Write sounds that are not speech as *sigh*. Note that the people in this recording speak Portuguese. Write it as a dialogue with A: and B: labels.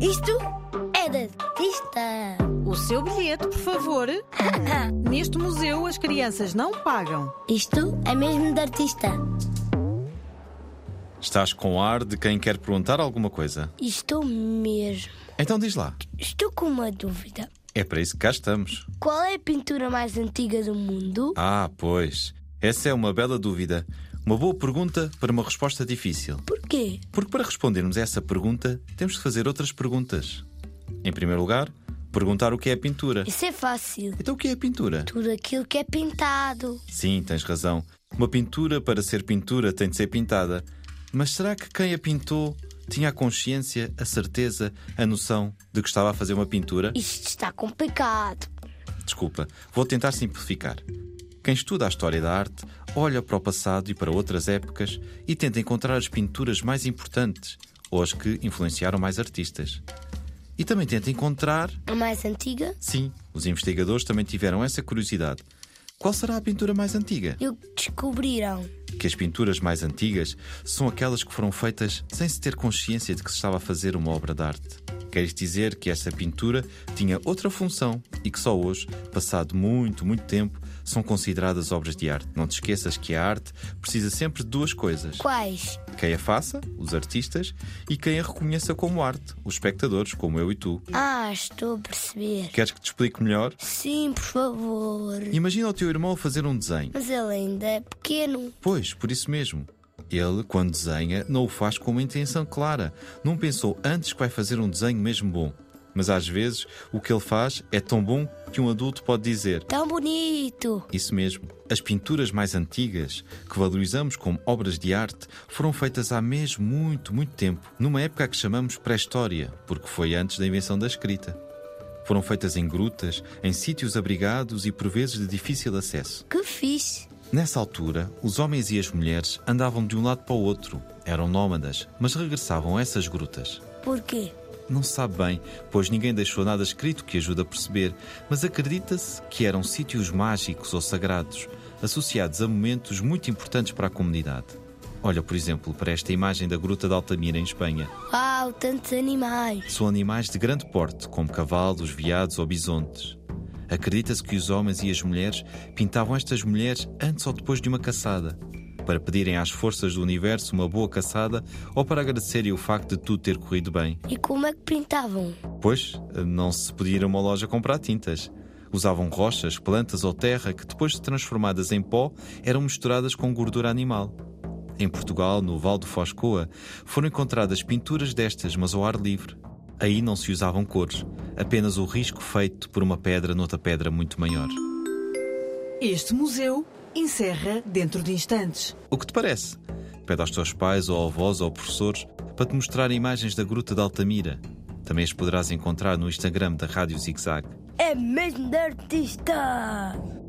A: Isto é de artista. *laughs*
B: O seu bilhete, por favor. Neste museu, as crianças não pagam.
A: Isto é mesmo de artista.
C: Estás com ar de quem quer perguntar alguma coisa.
A: Estou mesmo.
C: Então diz lá.
A: Estou com uma dúvida.
C: É para isso que cá estamos.
A: Qual é a pintura mais antiga do mundo?
C: Ah, pois. Essa é uma bela dúvida. Uma boa pergunta para uma resposta difícil.
A: Porquê?
C: Porque para respondermos a essa pergunta, temos que fazer outras perguntas. Em primeiro lugar, perguntar o que é a pintura.
A: Isso é fácil.
C: Então, o que é a pintura?
A: Tudo aquilo que é pintado.
C: Sim, tens razão. Uma pintura, para ser pintura, tem de ser pintada. Mas será que quem a pintou tinha a consciência, a certeza, a noção de que estava a fazer uma pintura?
A: Isto está complicado.
C: Desculpa, vou tentar simplificar. Quem estuda a história da arte olha para o passado e para outras épocas e tenta encontrar as pinturas mais importantes ou as que influenciaram mais artistas. E também tenta encontrar.
A: A mais antiga?
C: Sim, os investigadores também tiveram essa curiosidade. Qual será a pintura mais antiga?
A: E o que descobriram?
C: que as pinturas mais antigas são aquelas que foram feitas sem se ter consciência de que se estava a fazer uma obra de arte. Quer isto dizer que essa pintura tinha outra função e que só hoje, passado muito, muito tempo, são consideradas obras de arte. Não te esqueças que a arte precisa sempre de duas coisas:
A: Quais?
C: quem a faça, os artistas, e quem a reconheça como arte, os espectadores, como eu e tu.
A: Ah, estou a perceber.
C: Queres que te explique melhor?
A: Sim, por favor.
C: Imagina o teu irmão a fazer um desenho.
A: Mas ele ainda é pequeno.
C: Pois, por isso mesmo. Ele, quando desenha, não o faz com uma intenção clara. Não pensou antes que vai fazer um desenho mesmo bom. Mas às vezes, o que ele faz é tão bom que um adulto pode dizer:
A: Tão bonito.
C: Isso mesmo. As pinturas mais antigas, que valorizamos como obras de arte, foram feitas há mesmo muito, muito tempo, numa época que chamamos pré-história, porque foi antes da invenção da escrita. Foram feitas em grutas, em sítios abrigados e por vezes de difícil acesso.
A: Que fixe.
C: Nessa altura, os homens e as mulheres andavam de um lado para o outro, eram nómadas, mas regressavam a essas grutas.
A: Porquê?
C: Não se sabe bem, pois ninguém deixou nada escrito que ajude a perceber, mas acredita-se que eram sítios mágicos ou sagrados, associados a momentos muito importantes para a comunidade. Olha, por exemplo, para esta imagem da Gruta de Altamira, em Espanha.
A: Uau, tantos animais.
C: São animais de grande porte, como cavalos, veados ou bisontes. Acredita-se que os homens e as mulheres pintavam estas mulheres antes ou depois de uma caçada, para pedirem às forças do universo uma boa caçada ou para agradecerem o facto de tudo ter corrido bem.
A: E como é que pintavam?
C: Pois, não se podia ir a uma loja comprar tintas. Usavam rochas, plantas ou terra que, depois de transformadas em pó, eram misturadas com gordura animal. Em Portugal, no Val do Foscoa, foram encontradas pinturas destas, mas ao ar livre. Aí não se usavam cores, apenas o risco feito por uma pedra noutra pedra muito maior.
B: Este museu encerra dentro de instantes.
C: O que te parece? Pede aos teus pais ou avós ou professores para te mostrar imagens da Gruta de Altamira. Também as poderás encontrar no Instagram da Rádio Zig Zag.
A: É mesmo de artista.